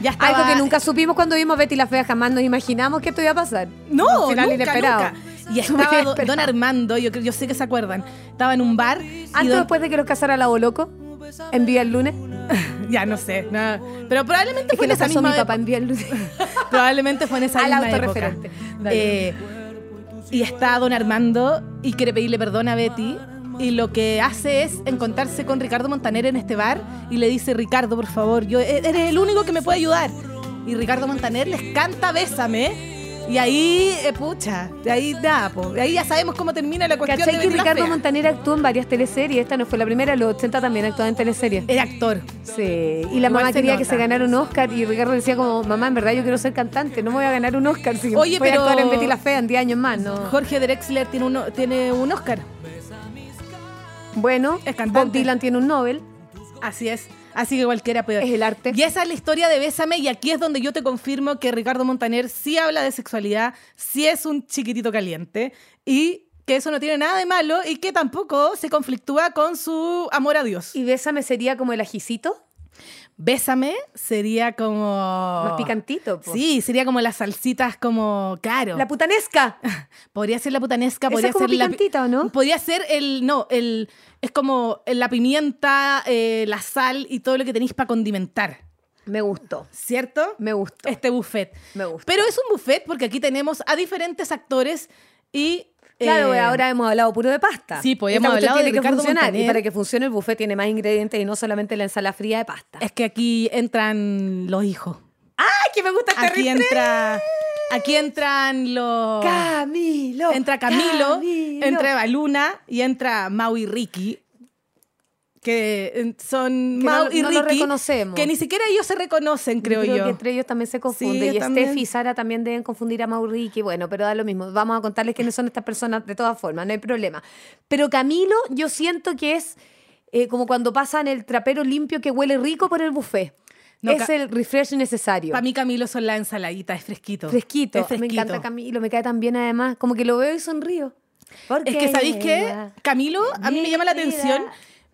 Ya estaba
Algo que nunca supimos cuando vimos Betty la Fea, jamás nos imaginamos que esto iba a pasar.
No,
Final
nunca,
inesperado.
nunca. Y
Súper
estaba do-
inesperado.
Don Armando, yo, creo- yo sé que se acuerdan. Estaba en un bar. y
Antes o
don-
después de que los casara la Boloco, en Vía el Lunes.
ya no sé. nada. Pero probablemente
Es
fue
que nos
en esa
pasó
misma
mi papá
época.
en Vía el Lunes.
Probablemente fue en esa
Al
misma
autorreferente.
época.
Dale.
Eh, y está Don Armando y quiere pedirle perdón a Betty. Y lo que hace es encontrarse con Ricardo Montaner en este bar y le dice, Ricardo, por favor, yo eh, eres el único que me puede ayudar. Y Ricardo Montaner les canta Bésame. Y ahí, eh, pucha, de ahí, nada, po. De ahí ya sabemos cómo termina la cuestión
¿Cachai
de
que
Betty la
Ricardo
Fea.
Montaner actuó en varias teleseries? Esta no fue la primera, los 80 también actuaba en teleseries.
Era actor.
Sí, y la
Igual
mamá
se
quería que
nota.
se ganara un Oscar y Ricardo decía como, mamá, en verdad yo quiero ser cantante, no me voy a ganar un Oscar si
Oye,
voy
pero-
a actuar en Betty la Fea en 10 años más, ¿no?
Jorge Drexler tiene, uno, tiene un Oscar.
Bueno,
Es cantante.
Bob Dylan tiene un Nobel,
Así es. Así que cualquiera puede.
es el arte.
Y esa es la historia de Bésame y aquí es donde yo te confirmo que Ricardo Montaner sí habla de sexualidad, sí es un chiquitito caliente y que eso no tiene nada de malo y que tampoco se conflictúa con su amor a Dios.
Y Bésame sería como el ajicito,
Bésame sería como...
más picantito. po.
Oh, Sí, sería como las salsitas como... Claro.
La putanesca.
Podría ser la putanesca,
Esa
podría
es como
ser la pi-
picantita, ¿o no?
Podría ser el no, el es como eh, la pimienta, eh, la sal y todo lo que tenéis para condimentar,
Me gustó,
¿cierto?
me gustó,
Este buffet.
me gustó.
Pero es un buffet porque aquí tenemos a diferentes actores y
Claro,
eh,
ahora hemos hablado puro de pasta.
Sí, pues,
Esta
hemos
cuestión
hablado de
tiene que
Ricardo
funcionar. Y
Montaner.
para que funcione el buffet tiene más ingredientes y no solamente la ensalada fría de pasta.
es que aquí entran los hijos.
¡Ay, que me gusta este
Aquí
ristreo!
entra aquí entran los
Camilo.
entra Camilo,
Camilo.
entra Eva Luna y entra Mau y Ricky. Que eh, son
Que
Mau
no-
y
no
Ricky.
los reconocemos.
Que ni siquiera ellos se reconocen, creo,
que
yo.
entre ellos también se confunde.
Sí,
y
también.
Steffi y Sara también deben confundir a Mauricio. Bueno, pero da lo mismo. Vamos a contarles quiénes son estas personas de todas formas, no hay problema. Pero Camilo, yo siento que es eh, como cuando pasan el trapero limpio que huele rico por el buffet.
No,
es
Ca-
el refresh necesario.
Para mí, Camilo son la ensaladita, es fresquito.
Fresquito.
Es fresquito.
Me encanta Camilo, me cae tan bien además. Como que lo veo y sonrío.
Es que, ¿sabéis qué? Camilo, a mí me llama la atención.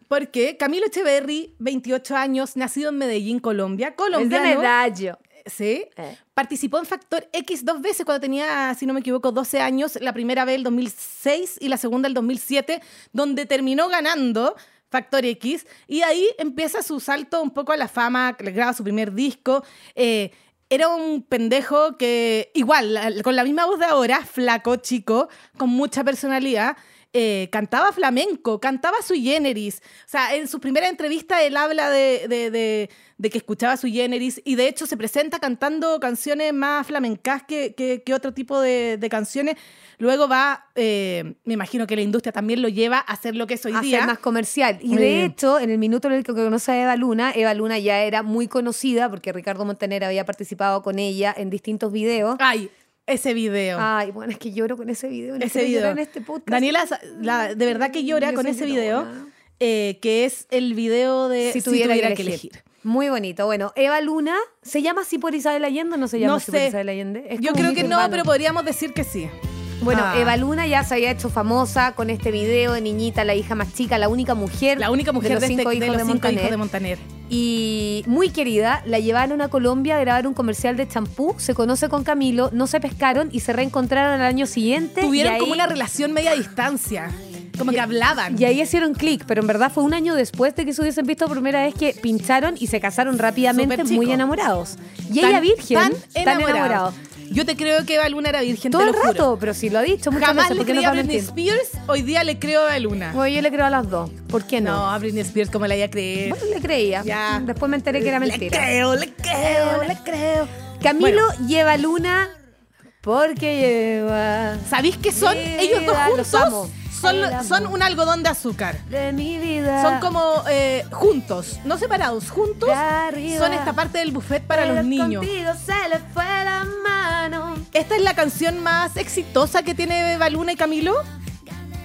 Porque Camilo Echeverry, 28 años, nacido en Medellín, Colombia,
Es de
colombiano,
medallo.
sí,
Eh.
participó en Factor X dos veces cuando tenía, si no me equivoco, 12 años, la primera vez el 2006 y la segunda el 2007, donde terminó ganando Factor X y ahí empieza su salto un poco a la fama, le graba su primer disco. eh, Era un pendejo que, igual, la- con la misma voz de ahora, flaco, chico, con mucha personalidad, eh, cantaba flamenco, cantaba sui generis. O sea, en su primera entrevista él habla de, de- de- de que escuchaba sui generis y de hecho se presenta cantando canciones más flamencas que, que- que otro tipo de, de canciones. Luego va, eh, me imagino que la industria también lo lleva a hacer lo que es hoy
a
día.
ser más comercial. Y
Muy
de
bien.
hecho, en el minuto en el que conoce a Eva Luna, Eva Luna ya era muy conocida porque Ricardo Montaner había participado con ella en distintos videos.
Ay, ese video.
Ay, bueno, es que lloro con ese video. No
ese
quiero llorar
video.
en este podcast.
Daniela, sa- la- de verdad que llora
Yo
con
soy
ese video,
llorona.
eh, que es el video de
Si tuviera, que, elegir. Muy bonito. Bueno, Eva Luna, ¿se llama así por Isabel Allende o no se llama
No
así por
sé.
Isabel Allende? Es
Yo
como
creo
un
que
mito
no,
urbano.
pero podríamos decir que sí.
Bueno,
Ah.
Eva Luna ya se había hecho famosa con este video de niñita, la hija más chica, la única mujer.
La única mujer
de
de,
los
este-
cinco
de
hijos
los
de
cinco
Montaner.
hijos de Montaner.
y muy querida, la llevaron a Colombia a grabar un comercial de champú, se conoce con Camilo, no se pescaron y se reencontraron al año siguiente. y
Tuvieron
ahí,
como una relación media a distancia, como que hablaban.
y ahí hicieron clic, pero en verdad fue un año después de que se hubiesen visto por primera vez que pincharon y se casaron rápidamente
Súper chico.
muy enamorados. Y
Tan-
ella virgen, tan,
enamorados.
enamorado.
Yo te creo que Eva Luna era virgen,
Todo
te
el
lo juro.
rato, pero si lo ha dicho muchas
Jamás
veces,
le
¿por qué no
creía
te
a
va a
Britney
mentir?
Spears, hoy día le creo a Eva Luna.
Bueno, yo le creo a las dos. ¿Por qué no?
no, a Britney Spears, ¿cómo la iba a creer?
Eh, Bueno, le creía.
Ya.
Después me enteré que era
Le
mentira.
creo, le creo, le creo.
Camilo lleva luna porque lleva
¿Sabéis que son
Sí,
ellos dos
los amo.
juntos? Son,
Los amo. Ah.
son un algodón de azúcar.
de mi vida.
Son como eh, juntos, no separados, juntos.
de arriba,
Son esta parte del buffet para
pero
los niños.
contigo se le fue la mano.
Esta es la canción más exitosa que tiene Baluna y Camilo.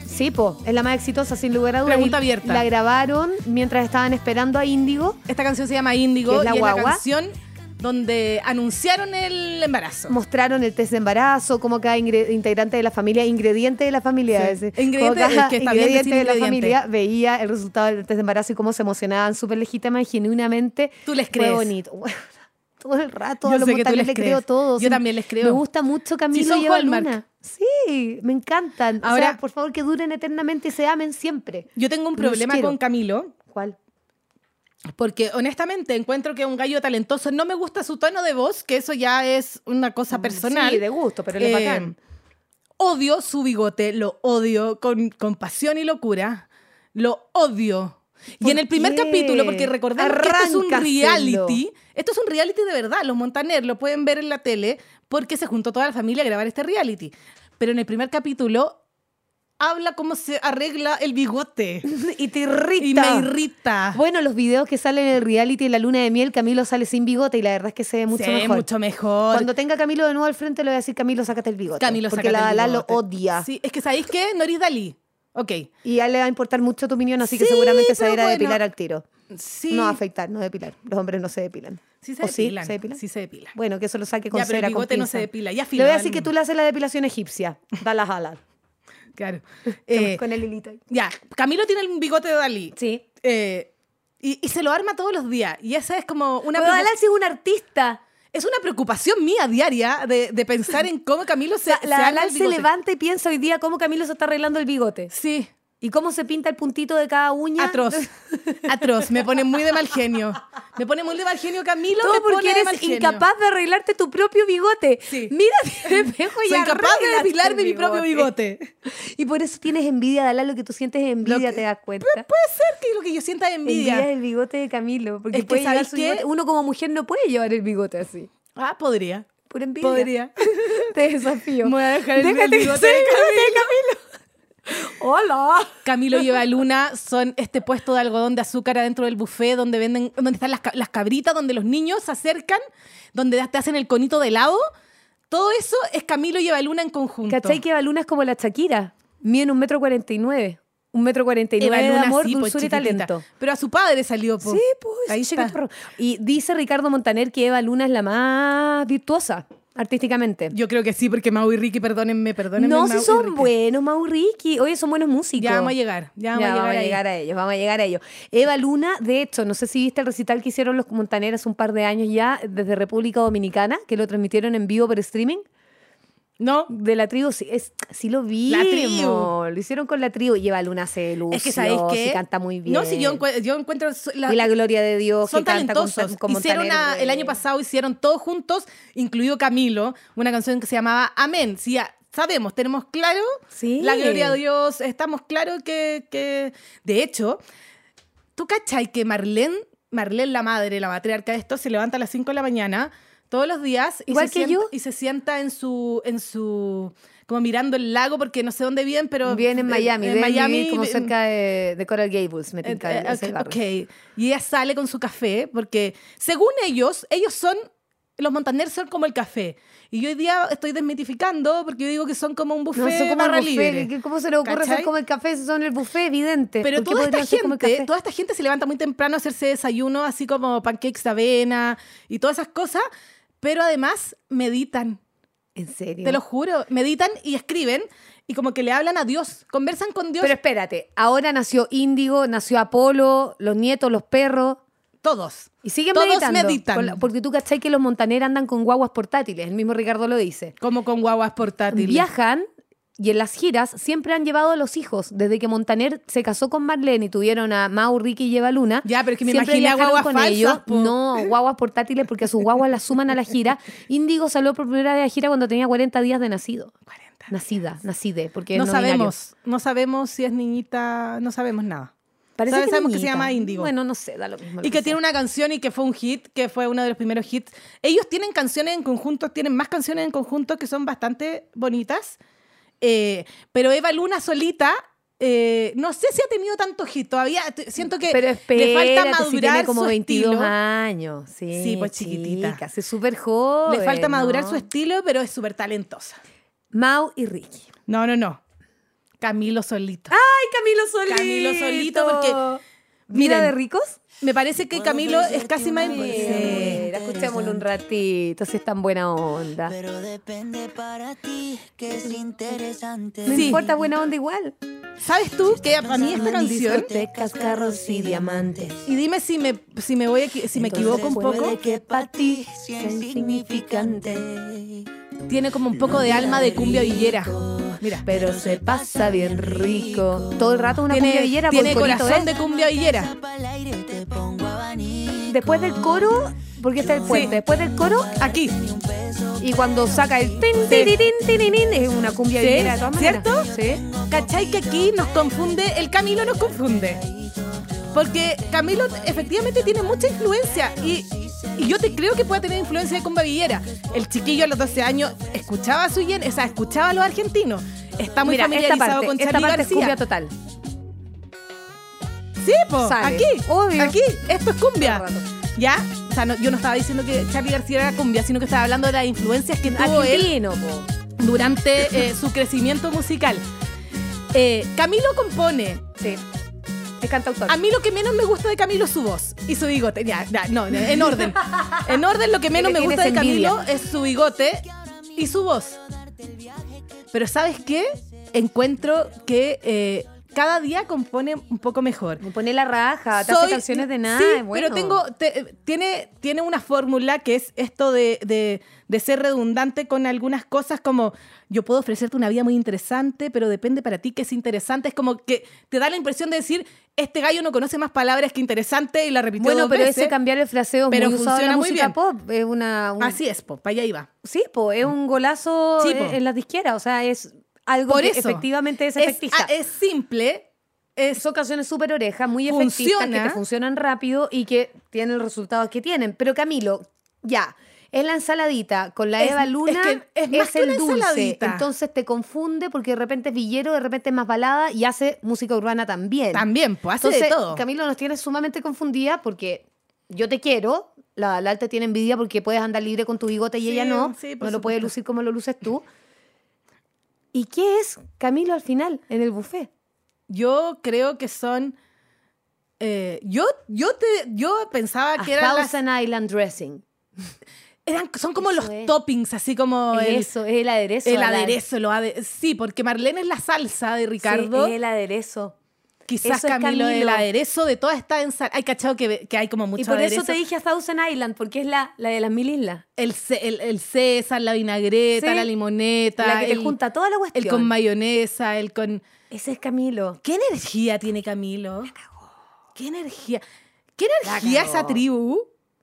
Sí, po, es la más exitosa sin lugar a dudas.
Pregunta
Y
abierta.
La grabaron mientras estaban esperando a Índigo,
Esta canción se llama Índigo
¿Que es
y
la
es la
guagua?
canción donde anunciaron el embarazo.
mostraron el test de embarazo, cómo cada ingre- integrante de la familia, ingrediente de la familia,
Sí.
ese,
Ingrediente,
cómo cada
es que está bien
ingrediente de
decir
la
ingrediente.
familia veía el resultado del test de embarazo y cómo se emocionaban súper legítima y genuinamente
¿Tú les
Fue
crees?
bonito. Todo el rato,
Yo
a los
sé que tú
Montaner
les
le creo
crees.
todo.
Yo también les creo.
Me gusta mucho Camilo
son
y Eva
Hallmark.
Luna. Sí, me encantan. Ahora,
Ahora-
por favor, que duren eternamente y se amen siempre.
Yo tengo un
Los
problema
quiero.
con Camilo
¿Cuál?
porque honestamente encuentro que es un gallo talentoso. No me gusta su tono de voz, que eso ya es una cosa personal.
Mm, Sí, de gusto, pero le
Eh,
bacán.
Odio su bigote, lo odio con, con pasión y locura. Lo odio. Y
¿Por
en el primer
qué?
capítulo, porque recordemos que esto es un
Arráncaselo.
reality, esto es un reality de verdad, los Montaner lo pueden ver en la tele porque se juntó toda la familia a grabar este reality. Pero en el primer capítulo habla cómo se arregla el bigote
Y te
y
irrita.
me irrita.
Bueno, los videos que salen en el reality de la luna de miel, Camilo sale sin bigote y la verdad es que se ve mucho
Sí,
mejor.
mucho mejor.
Cuando tenga a Camilo de nuevo al frente, le voy a decir, Camilo, sácate el bigote.
Camilo
Porque
sácate
la
el
Dalá lo
bigote.
odia.
Sí, es que ¿sabéis qué? Noris Dalí. Ok.
Y a él le va a importar mucho tu opinión, así que
Sí,
seguramente se va a
pero
ir a
bueno.
depilar al tiro.
Sí.
No afeitar, no depilar. Los hombres no se depilan.
Sí se
¿O sí?
depilan.
¿Se depilan?
Sí se depilan.
Bueno, que eso lo saque con
ya, pero
cera,
el
con
bigote no
pinza.
se depila. Ya,
Le
filo,
voy a
da
decir
lo
que tú
mismo.
le haces la depilación egipcia. Da las alas.
Claro. Eh,
con el hilito ahí.
ya, Camilo tiene el bigote de Dalí.
Sí.
Eh, y, y se lo arma todos los días. Y esa es como una,
Pero
preocup-
Dalal sí es un artista.
es una preocupación mía diaria de, de pensar en cómo Camilo se,
La,
se
la
arma
Dalal
el
se
bigote.
levanta y piensa hoy día cómo Camilo se está arreglando el bigote.
Sí,
Y cómo se pinta el puntito de cada uña.
atroz. Atroz. Me pone muy de mal genio. Me pone muy de mal genio Camilo. me
Todo
pone
porque
de
eres
mal genio.
incapaz de arreglarte tu propio bigote.
Sí.
Mírate al espejo y
Soy incapaz de
arréglate
depilarme
el
mi propio bigote.
Y por eso tienes envidia, Dalal. Lo que tú sientes es envidia,
que-
te das cuenta.
Puede ser que lo que yo sienta es envidia.
Envidia del bigote de Camilo. Porque
Es que
puede llevar
¿sabes
su
qué?
bigote. Uno como mujer no puede llevar el bigote así.
Ah, podría.
Por envidia.
Podría.
Te desafío.
Me voy a dejar el- el
Déjate
bigote
crecer
de
el bigote de Camilo. Hola.
Camilo y Eva Luna son este puesto de algodón de azúcar adentro del buffet donde venden, donde están las, ca- las cabritas, donde los niños se acercan, donde te hacen el conito de helado. Todo eso es Camilo y Eva Luna en conjunto.
¿Cachai que Eva Luna es como la Shakira? Miden un metro cuarenta y nueve. Un metro cuarenta y
Eva
nueve de
Luna,
amor,
sí, po,
dulzura y
chiquitita.
talento.
Pero a su padre salió, po.
Sí, pues.
Ahí
chiquito
está.
perro. Y dice Ricardo Montaner que Eva Luna es la más virtuosa artísticamente.
Yo creo que sí, porque Mau y Ricky, perdónenme, perdónenme.
no,
Mau
si
y
son
Ricky.
buenos, Mau Ricky. Oye, son buenos músicos.
Ya vamos a llegar, ya vamos
Ya,
a llegar.
vamos a
ahí.
llegar a ellos, vamos a llegar a ellos. Eva Luna, de hecho, no sé si viste el recital que hicieron los Montaneras un par de años ya desde República Dominicana, que lo transmitieron en vivo por streaming.
No.
De la tribu, sí, es, sí lo vi.
La tribu.
mo, Lo hicieron con la tribu. Lleva Luna C. Lucio,
Es que sabéis que.
sí canta muy bien.
No, si yo, encu- yo encuentro. su- la-
y la gloria de Dios. que
son
canta con-
talentosos.
con
hicieron
Montaner,
una-
de-
el año pasado hicieron todos juntos, incluido Camilo, una canción que se llamaba Amén. Sí, ya sabemos, tenemos claro
Sí.
la gloria de Dios, estamos claros que, que- De hecho, ¿tú cachai que Marlene, Marlene la madre, la matriarca de esto, se levanta a las 5 de la mañana todos los días y,
Igual
se,
que
sienta,
yo.
y se sienta en su... En su como mirando el lago, porque no sé dónde viven, pero...
Viene en
eh,
Miami,
en
debe vivir como
vi-
cerca de, de Coral Gables, me tinca,
eh,
ese
ok,
barrio.
ok. Y ella sale con su café porque, según ellos, ellos son, los montaners son como el café. Y yo hoy día estoy desmitificando porque yo digo que son como un buffet
No son como el
barra
buffet,
libre.
que- ¿Cómo se le ocurre
¿Cachai?
hacer como el café? Si Son el buffet, evidente. ¿Por
Pero
qué
toda esta,
podrían ser como el
gente,
café?
toda esta gente se levanta muy temprano a hacerse desayuno, así como pancakes de avena y todas esas cosas, pero además meditan.
En serio.
Te lo juro, meditan y escriben y como que le hablan a Dios, conversan con Dios
Pero espérate, ahora nació Índigo, nació Apolo, los nietos, los perros.
todos.
Y siguen
Todos
meditando.
meditan.
Con la- porque tú cachai que los montaneros andan con guaguas portátiles, el mismo Ricardo lo dice.
Como con guaguas portátiles.
Viajan y en las giras siempre han llevado a los hijos. Desde que Montaner se casó con Marlene y tuvieron a Mau, Ricky y Lleva Luna.
Ya, pero es que me
siempre
imaginé a
viajaron
guaguas
con
falsas,
ellos.
po.
No, guaguas portátiles porque a sus guaguas las suman a la gira. Índigo salió por primera vez a la gira cuando tenía 40 días de nacido.
40.
Nacida, nacide, porque
no
es binario.
sabemos, no sabemos si es niñita, no sabemos nada.
Parece
Sabe-
que
sabemos que se
niñita.
llama Índigo.
Bueno, no sé, da lo mismo. lo
Y que tiene una canción y que fue un hit, que fue uno de los primeros hits. Ellos tienen canciones en conjunto, tienen más canciones en conjunto que son bastante bonitas, eh, pero Eva Luna solita, eh, no sé si ha tenido tanto hit todavía, t- siento que
pero
le falta
espérate,
madurar
si tiene como
su
22
estilo.
años. Sí,
Sí, pues, chiquitita.
chica, sí, súper joven.
Le falta madurar
¿no?
su estilo, pero es súper talentosa.
Mau y Ricky.
No, no, no. Camilo solito.
¡Ay, Camilo Solito!
Camilo Solito, porque-
¿Mira
Miren.
de ricos?
Me parece que Camilo es casi más... Sí.
Mira, escuchémoslo un ratito, si es tan buena onda.
Pero depende para ti que es interesante.
No
Sí.
importa, buena onda igual.
¿Sabes tú que para mí esta canción...
Discotecas, carros y diamantes.
Y dime si me, si me, voy equi- si me equivoco un poco.
Puede que para ti sea insignificante.
Tiene como un poco de alma de cumbia villera. Mira.
Pero se pasa bien rico. Todo el rato una
tiene
cumbia villera por
tiene
el corito,
corazón
¿eh?
de cumbia villera.
Al aire te pongo abanico.
Después del coro, porque está el puente, después del coro
Aquí.
y cuando saca el tin, tin, tin, tin, tin, tin, es una cumbia
Sí,
villera de todas maneras.
¿cierto?
Sí.
¿Cachai que aquí nos confunde? El Camilo nos confunde. Porque Camilo efectivamente tiene mucha influencia y, y yo te creo que pueda tener influencia de cumbia villera. El chiquillo a los 12 años escuchaba a su yen, o sea, escuchaba a los argentinos. Está muy
Mira, esta
familiarizado
parte,
con
esta
Charly
parte es cumbia
García.
total.
Sí, po,
Sale,
aquí.
obvio.
Aquí, esto es cumbia.
Todo el rato.
¿Ya? O sea, no- yo no estaba diciendo que Charlie García era cumbia, sino que estaba hablando de las influencias que tuvo él
Argentino, po.
durante eh, su crecimiento musical. Eh, Camilo compone.
Sí. Es cantautor.
A mí lo que menos me gusta de Camilo es su voz y su bigote. Ya, ya, no, no, en orden. En orden, lo que menos
Le
me gusta de
tienes
Camilo es su bigote y su voz. Pero ¿sabes qué? Encuentro que eh, cada día compone un poco mejor.
Me pone la raja, Ah, te
Soy-
hace canciones de nada,
Sí,
es bueno.
pero tengo, te- tiene, tiene una fórmula que es esto de, de- de ser redundante con algunas cosas como yo puedo ofrecerte una vida muy interesante, pero depende para ti que es interesante. Es como que te da la impresión de decir, este gallo no conoce más palabras que interesante y la repitió
Bueno,
dos
pero
veces.
ese cambiar el fraseo es
pero
muy usado en la
funciona muy
música
bien.
pop. Es una, un-
Así es, po, para allá iba.
Sí, po, es un golazo
Sí, po.
en, en las disqueras. O sea, es algo
Por
que
eso.
efectivamente es
Es,
efectista.
ah, es simple, es
son canciones súper orejas, muy efectistas, que
Funciona.
te funcionan rápido y que tienen los resultados que tienen. Pero Camilo, ya, es la ensaladita con la
Es-
Eva Luna,
es que es más que
el
una
dulce.
ensaladita.
Entonces te confunde porque de repente es villero, de repente es más balada y hace música urbana también.
también, pues hace
Entonces,
de todo.
Camilo nos tiene sumamente confundida porque yo te quiero, la Lal te tiene envidia porque puedes andar libre con tu bigote y
Sí,
ella no,
sí, por
no lo puede
supuesto.
lucir como lo luces tú. ¿Y qué es Camilo al final en el buffet?
Yo creo que son... eh, yo, yo, te, yo pensaba
A
que eran las
Thousand Island Dressing.
Eran, son como
Eso
los
es.
toppings, así como el,
Eso, es el aderezo.
el
Adal.
aderezo. Lo ade- sí, porque Marlene es la salsa de
Sí,
Ricardo.
es el aderezo.
Quizás
Eso es
Camilo, del
Camilo.
aderezo de toda esta ensalada. Hay cachado que, que hay como mucho
Y por eso
aderezo.
te dije a Thousand Island, porque es la, la de las mil islas.
El, ce- el, el César, la vinagreta,
Sí.
la limoneta.
La que
el,
te junta toda la cuestión.
el con mayonesa, el con...
Ese es Camilo.
¿Qué energía tiene Camilo? ¿Qué energía? ¿Qué energía esa tribu?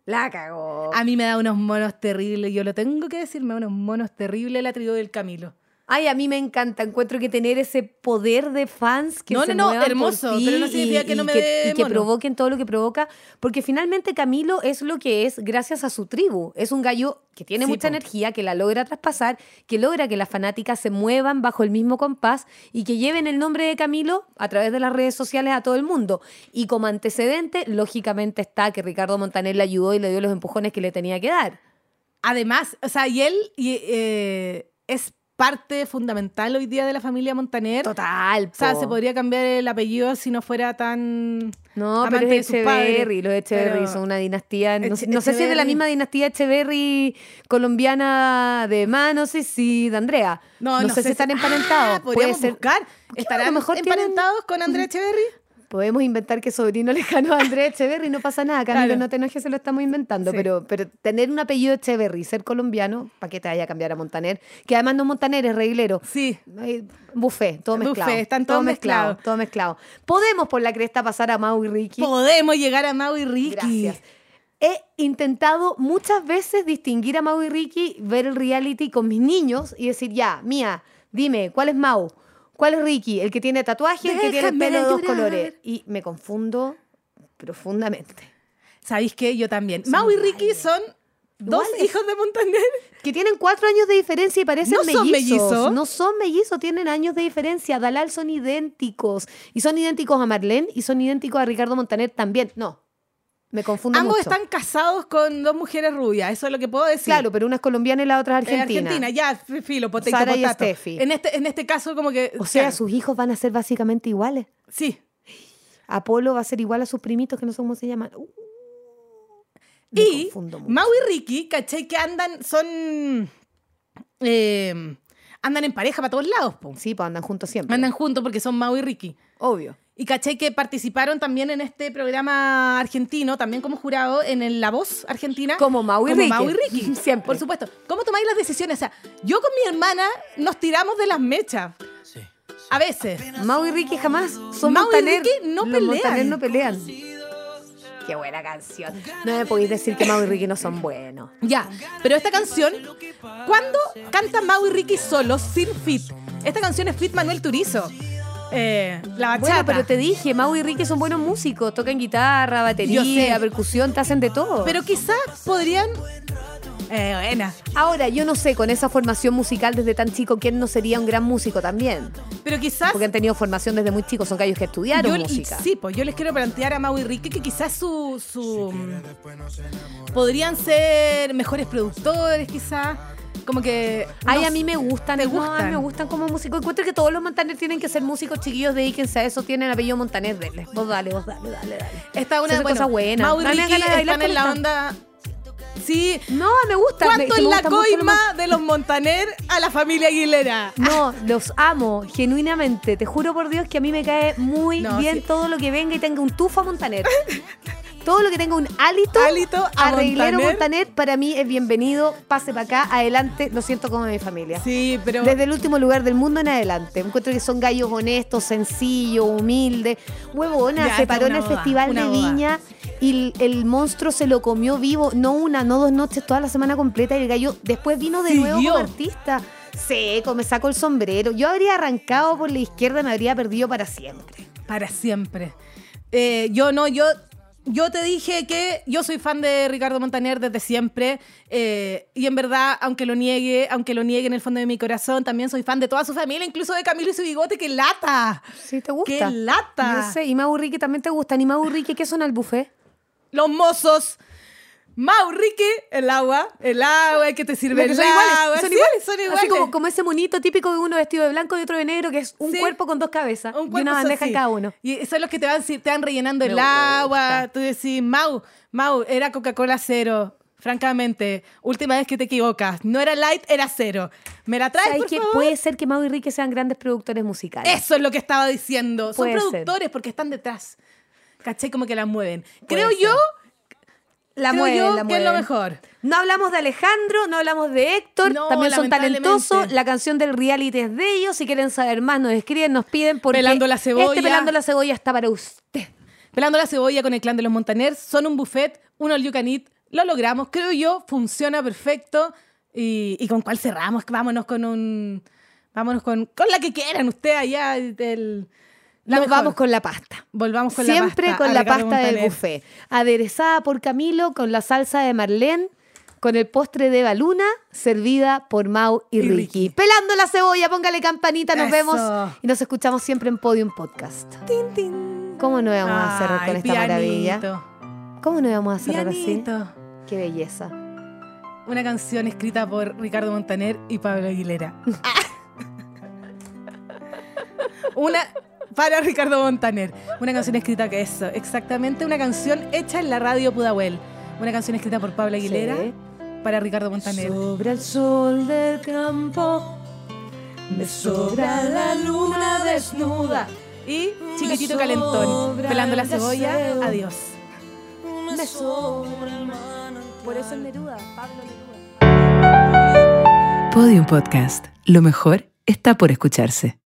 La cagó.
A mí me da unos monos terribles, yo lo tengo que decir, me da unos monos terribles la tribu del Camilo.
Ay, a mí me encanta. Encuentro que tener ese poder de fans que
No,
se
no, no,
muevan por
hermoso,
ti
pero no
y-
significa que
y
no me dé
que, y que
mono.
provoquen todo lo que provoca, porque finalmente Camilo es lo que es gracias a su tribu. Es un gallo que tiene
Sí,
mucha
po.
energía, que la logra traspasar, que logra que las fanáticas se muevan bajo el mismo compás y que lleven el nombre de Camilo a través de las redes sociales a todo el mundo. Y como antecedente, lógicamente está que Ricardo Montaner le ayudó y le dio los empujones que le tenía que dar.
Además, o sea, y él y, eh, es parte fundamental hoy día de la familia Montaner.
Total.
O sea,
po.
se podría cambiar el apellido si no fuera tan...
No,
amante
pero
de
es
sus padres,
Echeverry, los Echeverry
pero-
son una dinastía, no,
Eche-
no sé si es de la
Echeverry.
misma dinastía Echeverry colombiana de Ma, no sé si de Andrea. No, sé, si están emparentados.
Ah,
Puede
podríamos
ser.
buscar.
a
¿Estarán
lo mejor tienen-
emparentados con Andrea Echeverry?
Podemos inventar que sobrino lejano a Andrea Echeverry, no pasa nada, Camilo,
Claro.
no te enojes, se lo estamos inventando,
Sí.
pero, pero tener un apellido Echeverry, ser colombiano, ¿para qué te vaya a cambiar a Montaner? Que además no es Montaner, es reglero.
Sí.
Ay, Buffet, todo
Buffet,
mezclado.
están
todo
todos
mezclado,
mezclados.
Todo mezclado. Podemos por la cresta pasar a Mau y Ricky.
Podemos llegar a Mau y Ricky.
Gracias. He intentado muchas veces distinguir a Mau y Ricky, ver el reality con mis niños y decir, ya, mía, dime, ¿cuál es Mau? ¿Cuál es Ricky? El que tiene tatuaje, el que tiene el
Déjame
pelo de dos
llorar.
colores. Y me confundo profundamente.
¿Sabéis qué? Yo también. Mau y Ricky son dos
Iguales.
hijos de Montaner.
Que tienen cuatro años de diferencia y parecen
No
mellizos.
son mellizos.
No son mellizos, tienen años de diferencia. Dalal son idénticos. Y son idénticos a Marlene y son idénticos a Ricardo Montaner también. No, me confundo
Ambos
mucho.
están casados con dos mujeres rubias. Eso es lo que puedo decir.
Claro, pero una es colombiana y la otra es
En
argentina.
Argentina, ya, f- filo, pues, potato,
Sara y
potato.
Steffi.
En este, en este caso, como que.
O sea,
claro,
sus hijos van a ser básicamente iguales.
Sí.
Apolo va a ser igual a sus primitos, que no sé cómo se llaman. Uh, me
Y
confundo mucho.
Mau y Ricky, caché que andan, son. eh, andan en pareja para todos lados, po.
Sí, pues andan juntos siempre.
Andan juntos porque son Mau y Ricky.
Obvio.
Y caché que participaron también en este programa argentino, también como jurado, en el La Voz Argentina.
Como Mau y
Ah, Como
Ricky.
Mau y Ricky.
Siempre.
Por supuesto. ¿Cómo tomáis las decisiones? O sea, yo con mi hermana nos tiramos de las mechas. A veces.
Mau y Ricky jamás son
Mau y
Montaner.
Ricky no
Los
pelean.
Montaner no pelean. Qué buena canción. No me podéis decir que Mau y Ricky no son buenos.
Ya, pero esta canción, ¿cuándo canta Mau y Ricky solos, sin fit? Esta canción es fit Manuel Turizo. Eh, la bachata.
Bueno, pero te dije, Mau y Ricky son buenos músicos. Tocan guitarra, batería,
sé.
percusión, te hacen de todo.
Pero quizás podrían... Eh, buena.
Ahora, yo no sé, con esa formación musical desde tan chico, ¿quién no sería un gran músico también?
Pero quizás...
Porque han tenido formación desde muy chicos, son gallos que estudiaron
yo,
música.
Sí, pues yo les quiero plantear a Mau y Ricky que quizás su, su podrían ser mejores productores, quizás. Como que.
Ay,
no
a mí
sé.
me gustan,
¿Te
no, a mí
gustan?
me gustan como músicos. Encuentro que todos los Montaner tienen que ser músicos chiquillos, dedíquense a eso, tienen apellido Montaner, denle. Vos dale, vos dale, dale, dale.
Esta es
se
una
hace
bueno,
cosa buena.
Mau y
Dame
Ricky
ganas de bailar
están
con
en la
esta.
onda. Sí.
No, me gusta. me-
¿Cuánto
que
es
me
la
gusta mucho lo mon-
coima de los Montaner a la familia Aguilera?
No, los amo, genuinamente. Te juro por Dios que a mí me cae muy
No,
bien
sí.
todo lo que venga y tenga un tufo a Montaner. todo lo que tenga un hálito,
Hálito a
arreglero
Montaner.
Montaner, para mí es bienvenido. Pase para acá, adelante, lo siento como mi familia.
Sí, pero.
Desde el último lugar del mundo en adelante. Encuentro que son gallos honestos, sencillos, humildes. Huevona,
Ya,
se
esta
paró
es
en
una
el
boda,
Festival
una
de
boda.
Viña y el, el monstruo se lo comió vivo, no una, no dos noches, toda la semana completa. Y el gallo después vino de nuevo
Siguió.
como artista. Seco, me saco el sombrero. Yo habría arrancado por la izquierda, me habría perdido para siempre.
Para siempre. Eh, yo no, yo, yo te dije que yo soy fan de Ricardo Montaner desde siempre. eh, y en verdad, aunque lo niegue, aunque lo niegue en el fondo de mi corazón, también soy fan de toda su familia, incluso de Camilo y su bigote, que lata.
Sí, te gusta.
¡Qué lata!
Yo sé, y Mau Ricky también te gustan. ¿Y Mau Ricky qué son al buffet?
Los mozos. Maurique, el agua, el agua, el que te sirve
Lo que
el
son iguales,
agua.
son
sí,
iguales.
son
Así
iguales. Eh.
como, como ese monito típico de uno vestido de blanco y otro de negro, que es un
Sí.
cuerpo con dos cabezas
Un
y
cuerpo
una bandeja
así.
en cada uno.
Y son los que te van, te van rellenando
Me
el
gusta.
agua. Tú decís, Mau, Mau, era Coca-Cola cero. Francamente, última vez que te equivocas. No era light, era cero. ¿Me la traes,
¿Sabes
por
que
favor?
puede ser que Mau y Ricky sean grandes productores musicales?
Eso es lo que estaba diciendo.
Puede ser.
Son productores porque están detrás. ¿Cachai? Como que la mueven.
Puede
Creo
ser.
yo,
La
creo
mueven,
yo
la
que es lo
mueven.
mejor.
No hablamos de Alejandro, no hablamos de Héctor,
No,
también son
lamentablemente.
talentosos. La canción del reality es de ellos. Si quieren saber más, nos escriben, nos piden. Porque
Pelando la cebolla.
Este pelando la cebolla está para usted.
Pelando la cebolla con el clan de los Montaners, son un buffet, un all you can eat, lo logramos, creo yo, funciona perfecto. ¿Y, y con cuál cerramos? Vámonos con un. Vámonos con, con la que quieran ustedes allá. Del, la
Nos
mejor.
vamos con la pasta.
Volvamos con la pasta.
Siempre con la
Alegato
pasta del
Montaner.
buffet. Aderezada por Camilo, con la salsa de Marlene, con el postre de Baluna, servida por Mau y,
Y
Ricky.
Ricky.
Pelando la cebolla, póngale campanita, nos
Eso.
vemos y nos escuchamos siempre en Podium Podcast. ¿Cómo no vamos a cerrar con
Ay,
esta maravilla?
pianito,
¿Cómo no vamos a cerrar así?
pianito.
Qué belleza.
Una canción escrita por Ricardo Montaner y Pablo Aguilera. una para Ricardo Montaner. Una canción escrita que eso, exactamente una canción hecha en la radio Pudahuel. Una canción escrita por Pablo Aguilera
Sí.
para Ricardo Montaner.
Sobre el sol del campo me sobra la luna desnuda.
Y Chiquitito
Me
Calentón,
sobra
pelando la
el
cebolla.
deseo.
Adiós.
Me sobra el manantial.
Por eso es Neruda, Pablo Neruda.
Podium Podcast. Lo mejor está por escucharse.